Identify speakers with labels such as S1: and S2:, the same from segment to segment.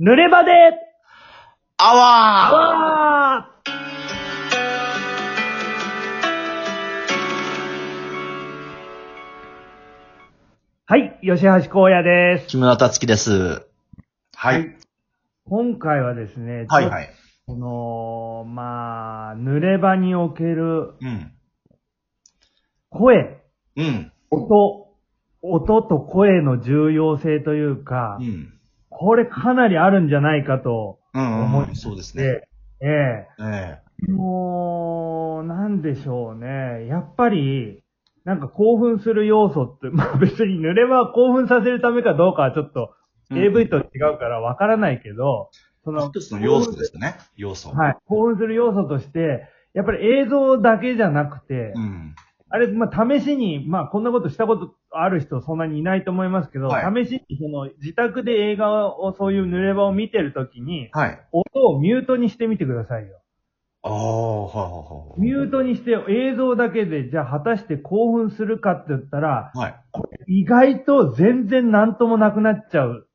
S1: 濡れ場で、
S2: あわ
S1: わーはい、吉橋光也で
S2: ー
S1: す。
S2: 木村達樹です。は
S1: はい
S2: い。
S1: 今回はですね、。
S2: はいはいい。
S1: この、まあ、濡れ場における
S2: うん。
S1: 声、
S2: うん。
S1: 音、音と声の重要性というか、
S2: うん。
S1: これかなりあるんじゃないかと、
S2: うん
S1: 思
S2: う
S1: い
S2: ん。そうですね。
S1: で、ええ
S2: え
S1: もう、なんでしょうね。やっぱり、なんか興奮する要素って、 まあ別に濡れは興奮させるためかどうかはちょっと、
S2: うん
S1: AV と違うからわからないけど、そ
S2: え。
S1: の、
S2: 一つの要素ですね。要素。
S1: はい。興奮する要素として、やっぱり映像だけじゃなくて、
S2: うん。
S1: あれ、まあ、試しに、まあ、こんなことしたことある人そんなにいないと思いますけど、
S2: は
S1: 試しに、その、自宅で映画を、そういう濡れ場を見てるときに、
S2: はい。
S1: 音をミュートにしてみてくださいよ。
S2: ああ、はいはいはい。
S1: ミュートにして映像だけで、じゃあ果たして興奮するかって言ったら、
S2: はい。は
S1: 意外と全然なんともなくなっちゃう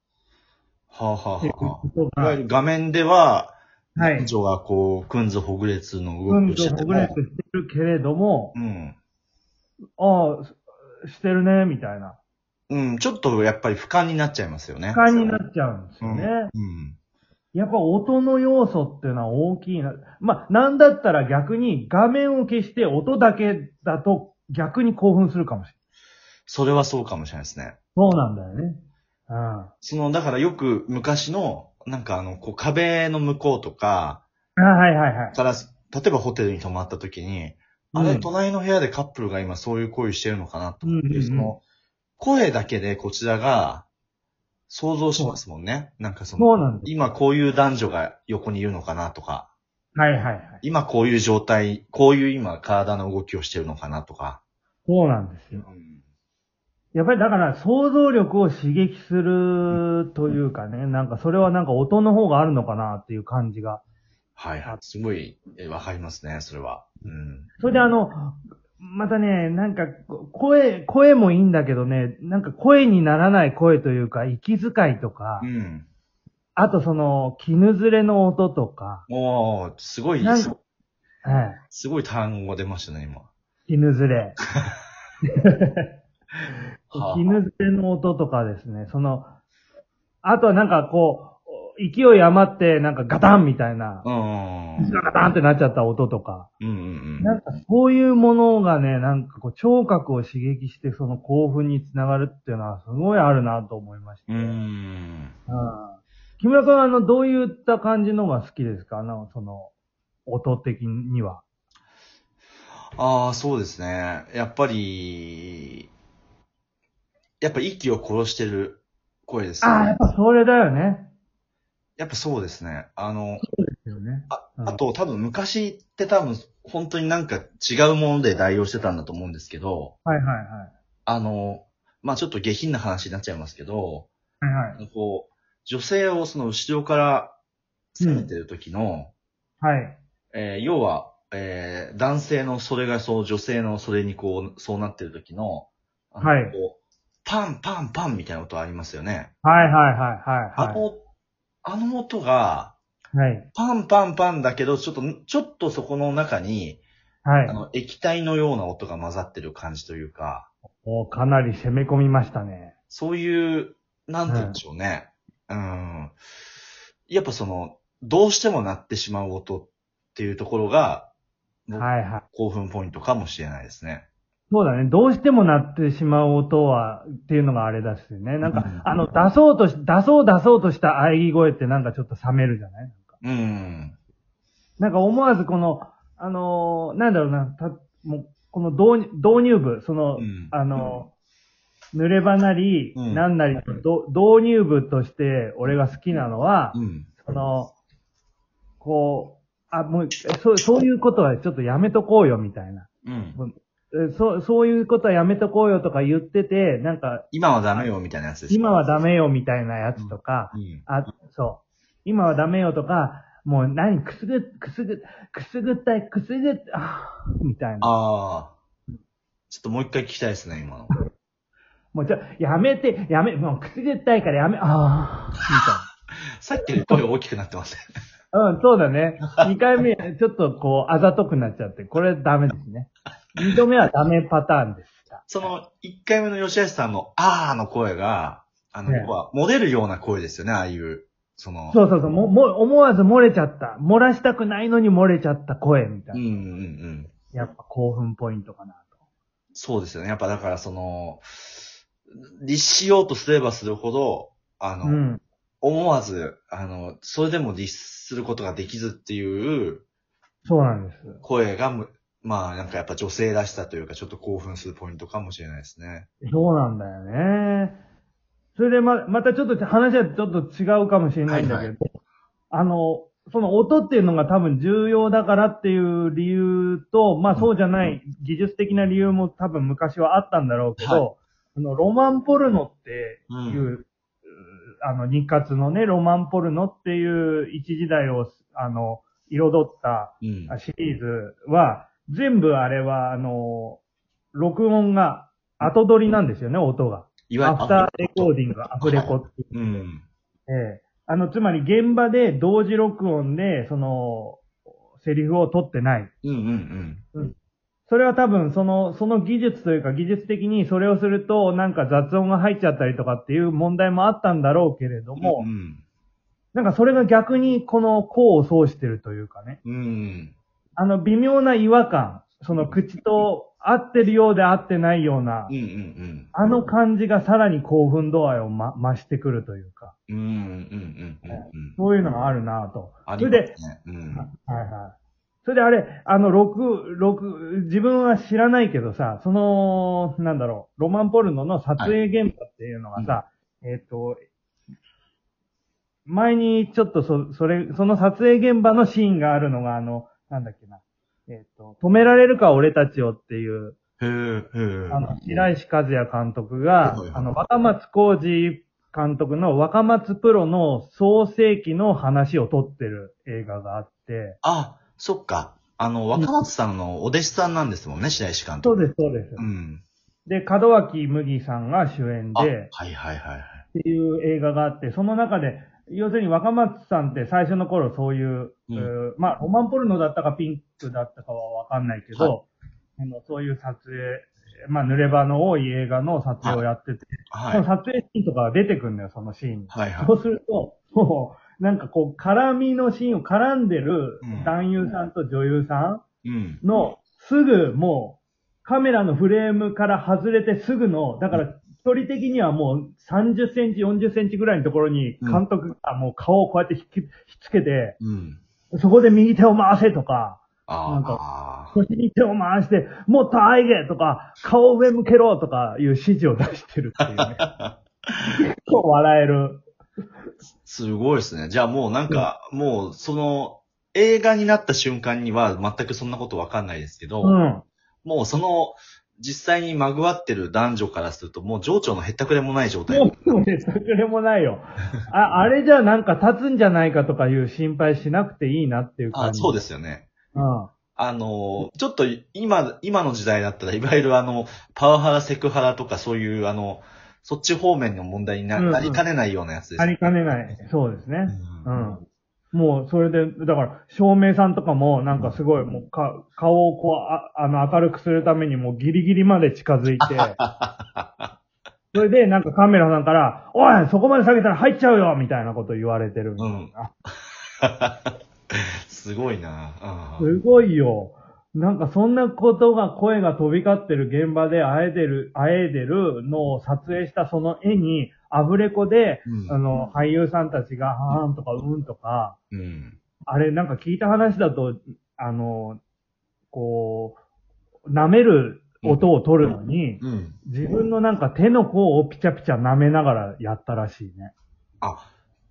S2: あはあ
S1: っ
S2: は
S1: ていう
S2: あは
S1: こと
S2: あ。い
S1: が
S2: わゆ、る画面では、
S1: は
S2: 男
S1: い。
S2: 女がこう、くんずほぐれつの
S1: う
S2: 動き
S1: ん
S2: を
S1: と
S2: してて
S1: ほぐ
S2: も。
S1: れてしてるけれども、
S2: うん。
S1: ああ、してるね、みたいな
S2: うん。ちょっとやっぱり俯瞰になっちゃいますよね。
S1: 感じになっちゃうんですよね。
S2: うん。
S1: やっぱ音の要素っていうのは大きいな。まあ、なんだったら逆に画面を消して音だけだと逆に興奮するかもしれ
S2: それはそうかもしれないですね。
S1: ない。そうなんだよね。うん。あ
S2: その、だからよく昔の、なんかあの、こう壁の向こうとか、
S1: はいはいはい。
S2: から、例えばホテルに泊まった時に、
S1: うん
S2: あれ、隣の部屋でカップルが今そういう行為してるのかなと思って、
S1: うんうんうん
S2: その、声だけでこちらが想像しますもんね。なんかその、
S1: そうなんです。
S2: 今こういう男女が横にいるのかなとか、
S1: はいはいはい。
S2: 今こういう状態、こういう今体の動きをしてるのかなとか。
S1: そうなんですよ。やっぱりだから想像力を刺激するというかね、なんかそれはなんか音の方があるのかなっていう感じが。
S2: はいはい。すごい、えわかりますね、それは。うん。
S1: それであの、またね、なんかこ声、声もいいんだけどね、なんか声にならない声というか、息遣いとか
S2: う、ん。
S1: あとその、絹ずれの音とか、
S2: おー、すごい
S1: なん、かは
S2: すごい単語が出ましたね、今。
S1: い、絹ずれ。
S2: はあ
S1: 絹ずれの音とかですね、その、あとはなんかこう、勢い余ってなんかガタンみたいな、
S2: うん。うん
S1: ガタンってなっちゃった音とか、
S2: うんう。
S1: なんんかそういうものがね、なんかこう聴覚を刺激してその興奮につながるっていうのはすごいあるなと思いまして。
S2: うーん。
S1: うん木村君はあの、どういった感じのが好きですかあの、その、音的には。
S2: ああ、そうですね。やっぱり、やっぱ息を殺してる声ですね。
S1: ああ、やっぱそれだよね。
S2: やっぱそうですね。あの、
S1: ですよね。
S2: あ
S1: うん
S2: あと多分昔って多分本当になんか違うもので代用してたんだと思うんですけど、
S1: はいはいはい。
S2: あの、まあちょっと下品な話になっちゃいますけど、
S1: はいはい。
S2: こう、女性をその後ろから攻めてる時の、
S1: はい。
S2: えー要は、えー男性のそれがそう、女性のそれにこう、そうなってる時の、あの
S1: はい
S2: こうパンパンパンみたいな音ありますよね。
S1: はいはいはいはい。
S2: あの、あの音が、
S1: はい。
S2: パンパンパンだけど、ちょっと、ちょっとそこの中に、
S1: はい。
S2: あの、液体のような音が混ざってる感じというか、
S1: おかなり攻め込みましたね。
S2: そういう、なんて言うんでしょうね。うん。やっぱその、どうしても鳴ってしまう音っていうところが、僕
S1: はいはい。
S2: 興奮ポイントかもしれないですね。
S1: そうだね。どうしても鳴ってしまう音は、っていうのがあれだしね。なん
S2: うん
S1: か、あの、出そうとし、出そう出そうとした喘ぎ声ってなんかちょっと冷めるじゃない
S2: うん。
S1: なんか思わずこの、あのーなんだろうな、た、もう、この導入導入部、その、
S2: うん
S1: あのー濡れ場なり、
S2: うん
S1: なんなり、ど導入部として俺が好きなのは、
S2: うん。
S1: その、こう、あ、もう、えそう、そういうことはちょっとやめとこうよ、みたいな。
S2: うん。
S1: えそう、そういうことはやめとこうよとか言ってて、なんか、
S2: 今はダメよ、みたいなやつです。
S1: 今はダメよ、みたいなやつとか、
S2: うん。
S1: あ、そう。今はダメよとか、もう何、くすぐ、くすぐ、くすぐったい、くすぐっ、あーみたいな。
S2: ああ。ちょっともう一回聞きたいですね、今の。
S1: もうちょ、やめて、やめ、もうくすぐったいからやめ、ああ、みたいな。
S2: さっきより声大きくなってますね。
S1: うん、そうだね。2回目、ちょっとこう、あざとくなっちゃって、これダメですね。2度目はダメパターンでした。
S2: その、1回目の吉橋さんの、あーの声が、あの、
S1: ね
S2: 要は、モデるような声ですよね、ああいう、その、
S1: そうそうそう、も、も、思わず漏れちゃった。漏らしたくないのに漏れちゃった声みたい
S2: うん
S1: な。
S2: うんうん。
S1: やっぱ興奮ポイントかなと。
S2: そうですよね。やっぱだからその、律しようとすればするほど、あの、
S1: うん。
S2: 思わず、あの、それでも律することができずっていう
S1: そうなんです。
S2: 声がむ、まあなんかやっぱ女性らしさというかちょっと興奮するポイントかもしれないですね。
S1: そうなんだよね。それでま、またちょっと話はちょっと違うかもしれないんだけど、
S2: は
S1: あの、その音っていうのが多分重要だからっていう理由と、まあそうじゃない技術的な理由も多分昔はあったんだろうけど、
S2: は
S1: あの、ロマンポルノって
S2: う
S1: いう、うーあの、日活のね、ロマンポルノっていう一時代を、あの、彩った
S2: うん。
S1: シリーズは、全部あれは、あの、録音が後撮りなんですよね、音が。
S2: い
S1: アフターレコー
S2: デ
S1: ディング、アフレコって
S2: ィング。うん。
S1: 言って、あの、つまり現場で同時録音で、その、セリフを取ってない。
S2: うんうんうん。
S1: それは多分、その、その技術というか技術的にそれをすると、なんか雑音が入っちゃったりとかっていう問題もあったんだろうけれども、
S2: うん
S1: なんかそれが逆にこの功を奏してるというかね。
S2: うん。うん。
S1: あの、微妙な違和感。その口と合ってるようで合ってないような
S2: うんうんう、ん。
S1: あの感じがさらに興奮度合いを、ま、増してくるというか、
S2: うんうんうんうんうん。
S1: そういうのがあるなぁと。
S2: あ
S1: そ
S2: り
S1: れ
S2: ま
S1: で、
S2: すね。うん。
S1: はいはい。それであれ、あの、録、録、自分は知らないけどさ、その、なんだろう、ロマンポルノの撮影現場っていうのがさ、えっ、と、前にちょっとそ、それ、その撮影現場のシーンがあるのが、あの、なんだっけな、えっ、と、止められるか俺たちをっていう、
S2: へえ、へえ。
S1: あの、白石和也監督が
S2: はいはいはい、
S1: あの、若松浩二監督の若松プロの創世記の話を撮ってる映画があって、
S2: あ、そっか。あの、若松さんのお弟子さんなんですもんね、白石監督。
S1: そうです、そうです。
S2: うん。
S1: で、門脇麦さんが主演
S2: あ、は
S1: で
S2: い、はいはいはい。
S1: っていう映画があって、その中で、要するに若松さんって最初の頃そういう、
S2: うん
S1: えーまあ、ロマンポルノだったかピンクだったかはわかんないけど、あのそういう撮影、まあ、濡れ場の多い映画の撮影をやってて、
S2: は
S1: そ
S2: い
S1: の。撮影シーンとかが出てくるんだよ、そのシーンに。
S2: はいはい
S1: そ。うすると、もう、なんかこう、絡みのシーンを絡んでる
S2: うん
S1: 男優さんと女優さ
S2: うん。
S1: んの、すぐもう、カメラのフレームから外れてすぐの、だから、距離的にはもう30センチ、40センチぐらいのところに、
S2: うん
S1: 監督がもう顔をこうやって引き、引っつけて、
S2: うん。
S1: そこで右手を回せとか、なん
S2: ああ。
S1: 腰に手を回して、もっとあえげとか、顔を上向けろとかいう指示を出してるっていう ね。結構笑える。
S2: すごいですね。じゃあもうなんか、もうその、映画になった瞬間には全くそんなことわかんないですけど、
S1: うん。
S2: もうその、実際にまぐわってる男女からすると、もう情緒のへったくれもない状態。
S1: もう、もうね、それもないよ。あ、あれじゃなんか立つんじゃないかとかいう心配しなくていいなっていう
S2: あ
S1: 感じ。
S2: そう
S1: で。
S2: ですすよね。
S1: うん。
S2: あの、ちょっと今、今の時代だったら、いわゆるあの、パワハラ、セクハラとかそういうあの、そっち方面の問題にな,、
S1: うんうん
S2: りかねないようなやつです。
S1: ありかねない。そうです
S2: う。
S1: ね。うんん。もう、それで、だから、照明さんとかも、なんかすごい、もう、か、顔をこう、あ、あの、明るくするために、もうギリギリまで近づいて、それで、なんかカメラさんから、おい、そこまで下げたら入っちゃうよみたいなこと言われてるみたいな。
S2: すごいな、うん
S1: すごいよ。なんかそんなことが声が飛び交ってる現場で会えてる、会えてるのを撮影したその絵に、アフレコで、
S2: うん
S1: あの、俳優さんたちが、はーんとか、うんとか、
S2: うん。
S1: あれなんか聞いた話だと、あの、こう、舐める音を取るのに、
S2: うん。
S1: 自分のなんか手の甲をピチャピチャ舐めながらやったらしいね。
S2: あ、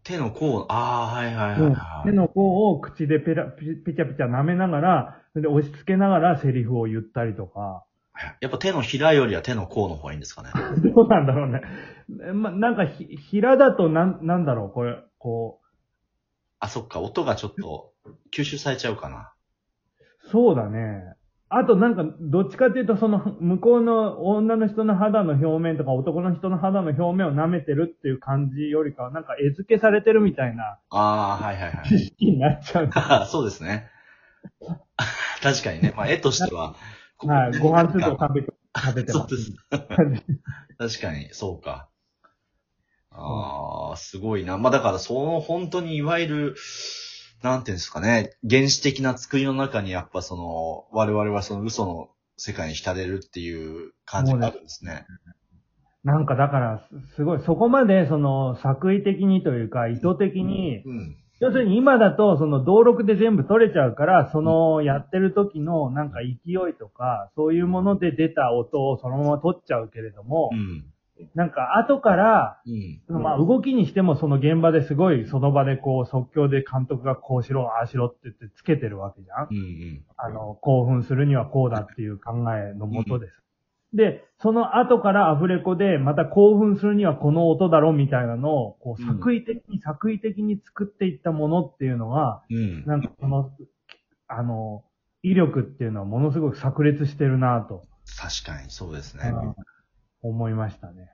S2: 手の甲、ああ、はいはいはい、
S1: うん
S2: はい
S1: 手の甲を口でペラピピチャピチャ舐めながら、それで押し付けながらセリフを言ったりとか。
S2: やっぱ手のひらよりは手の甲の方がいいんですかね。
S1: どうなんだろうね。ま、なんかひ、平だとなん、なんだろう、これ、こ
S2: あ、そっか、音がちょっと吸収されちゃうかな。
S1: う、そうだね。あとなんか、どっちかっていうと、その、向こうの女の人の肌の表面とか男の人の肌の表面を舐めてるっていう感じよりかは、なんか、絵付けされてるみたいな
S2: ああ、はいはい
S1: 意識になっちゃう。
S2: はい。そうですね。 確かにね。まあ、絵としては。ここ
S1: はい。ご飯スープを食べて、食べて
S2: そ
S1: ま。
S2: うですす。 確かに、そうか。ああ、すごいな。まあだから、その本当にいわゆる、なんていうんですかね、原始的な作りの中にやっぱその、我々はその嘘の世界に浸れるっていう感じがあるんですね。
S1: なんかだから、すすごい、そこまで、その、作為的にというか、意図的に、
S2: うん。
S1: 要するに今だと、その登録で全部取れちゃうから、そのやってる時のなんか勢いとか、そういうもので出た音をそのまま取っちゃうけれども
S2: う、ん。
S1: なんか後から、
S2: うん。
S1: まあ動きにしてもその現場ですごいその場でこう即興で監督がこうしろ、ああしろって言ってつけてるわけじゃん
S2: うん。うん。
S1: あの、興奮するにはこうだっていう考えのもとです。で、その後からアフレコでまた興奮するにはこの音だろみたいなのを、こう
S2: うん
S1: 作為的に作為的に作っていったものっていうのは、
S2: うん。
S1: なんかこの、あの、威力っていうのはものすごく炸裂してるなぁと、
S2: 確かに、そうです
S1: う
S2: ね。
S1: ん思いましたね。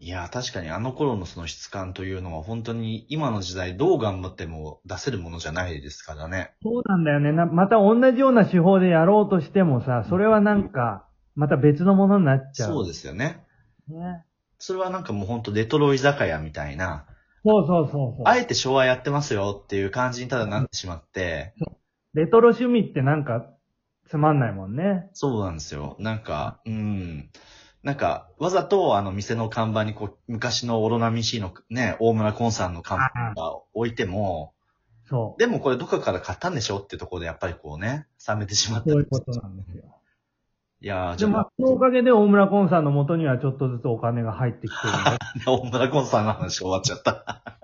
S2: いや、確かにあの頃のその質感というのは本当に今の時代どう頑張っても出せるものじゃないですからね。
S1: そうなんだよね。なまた同じような手法でやろうとしてもさ、それはなんか、また別のものになっちゃう。
S2: そう
S1: で
S2: ですよね。
S1: すね。
S2: それはなんかもう本当レトロ居酒屋みたいな、
S1: そうそうそうそう。
S2: あえて昭和やってますよっていう感じにただなってしまって、
S1: レトロ趣味ってなんか、つまんないもんね。
S2: そうなんですよ。なんか、うん。なんか、わざとあの店の看板にこう、昔のオロナミシーのね、大村コンさんの看板が置いても、
S1: そう。
S2: でもこれどっかから買ったんでしょってところでやっぱりこうね、冷めてしまったり
S1: そういうことなんですよ。
S2: いやー、じ
S1: で
S2: ゃ
S1: も、
S2: あ、
S1: まあそのおかげで大 村コンさんの元にはちょっとずつお金が入ってきてるんで。
S2: 大村コンさんの話終わっちゃった。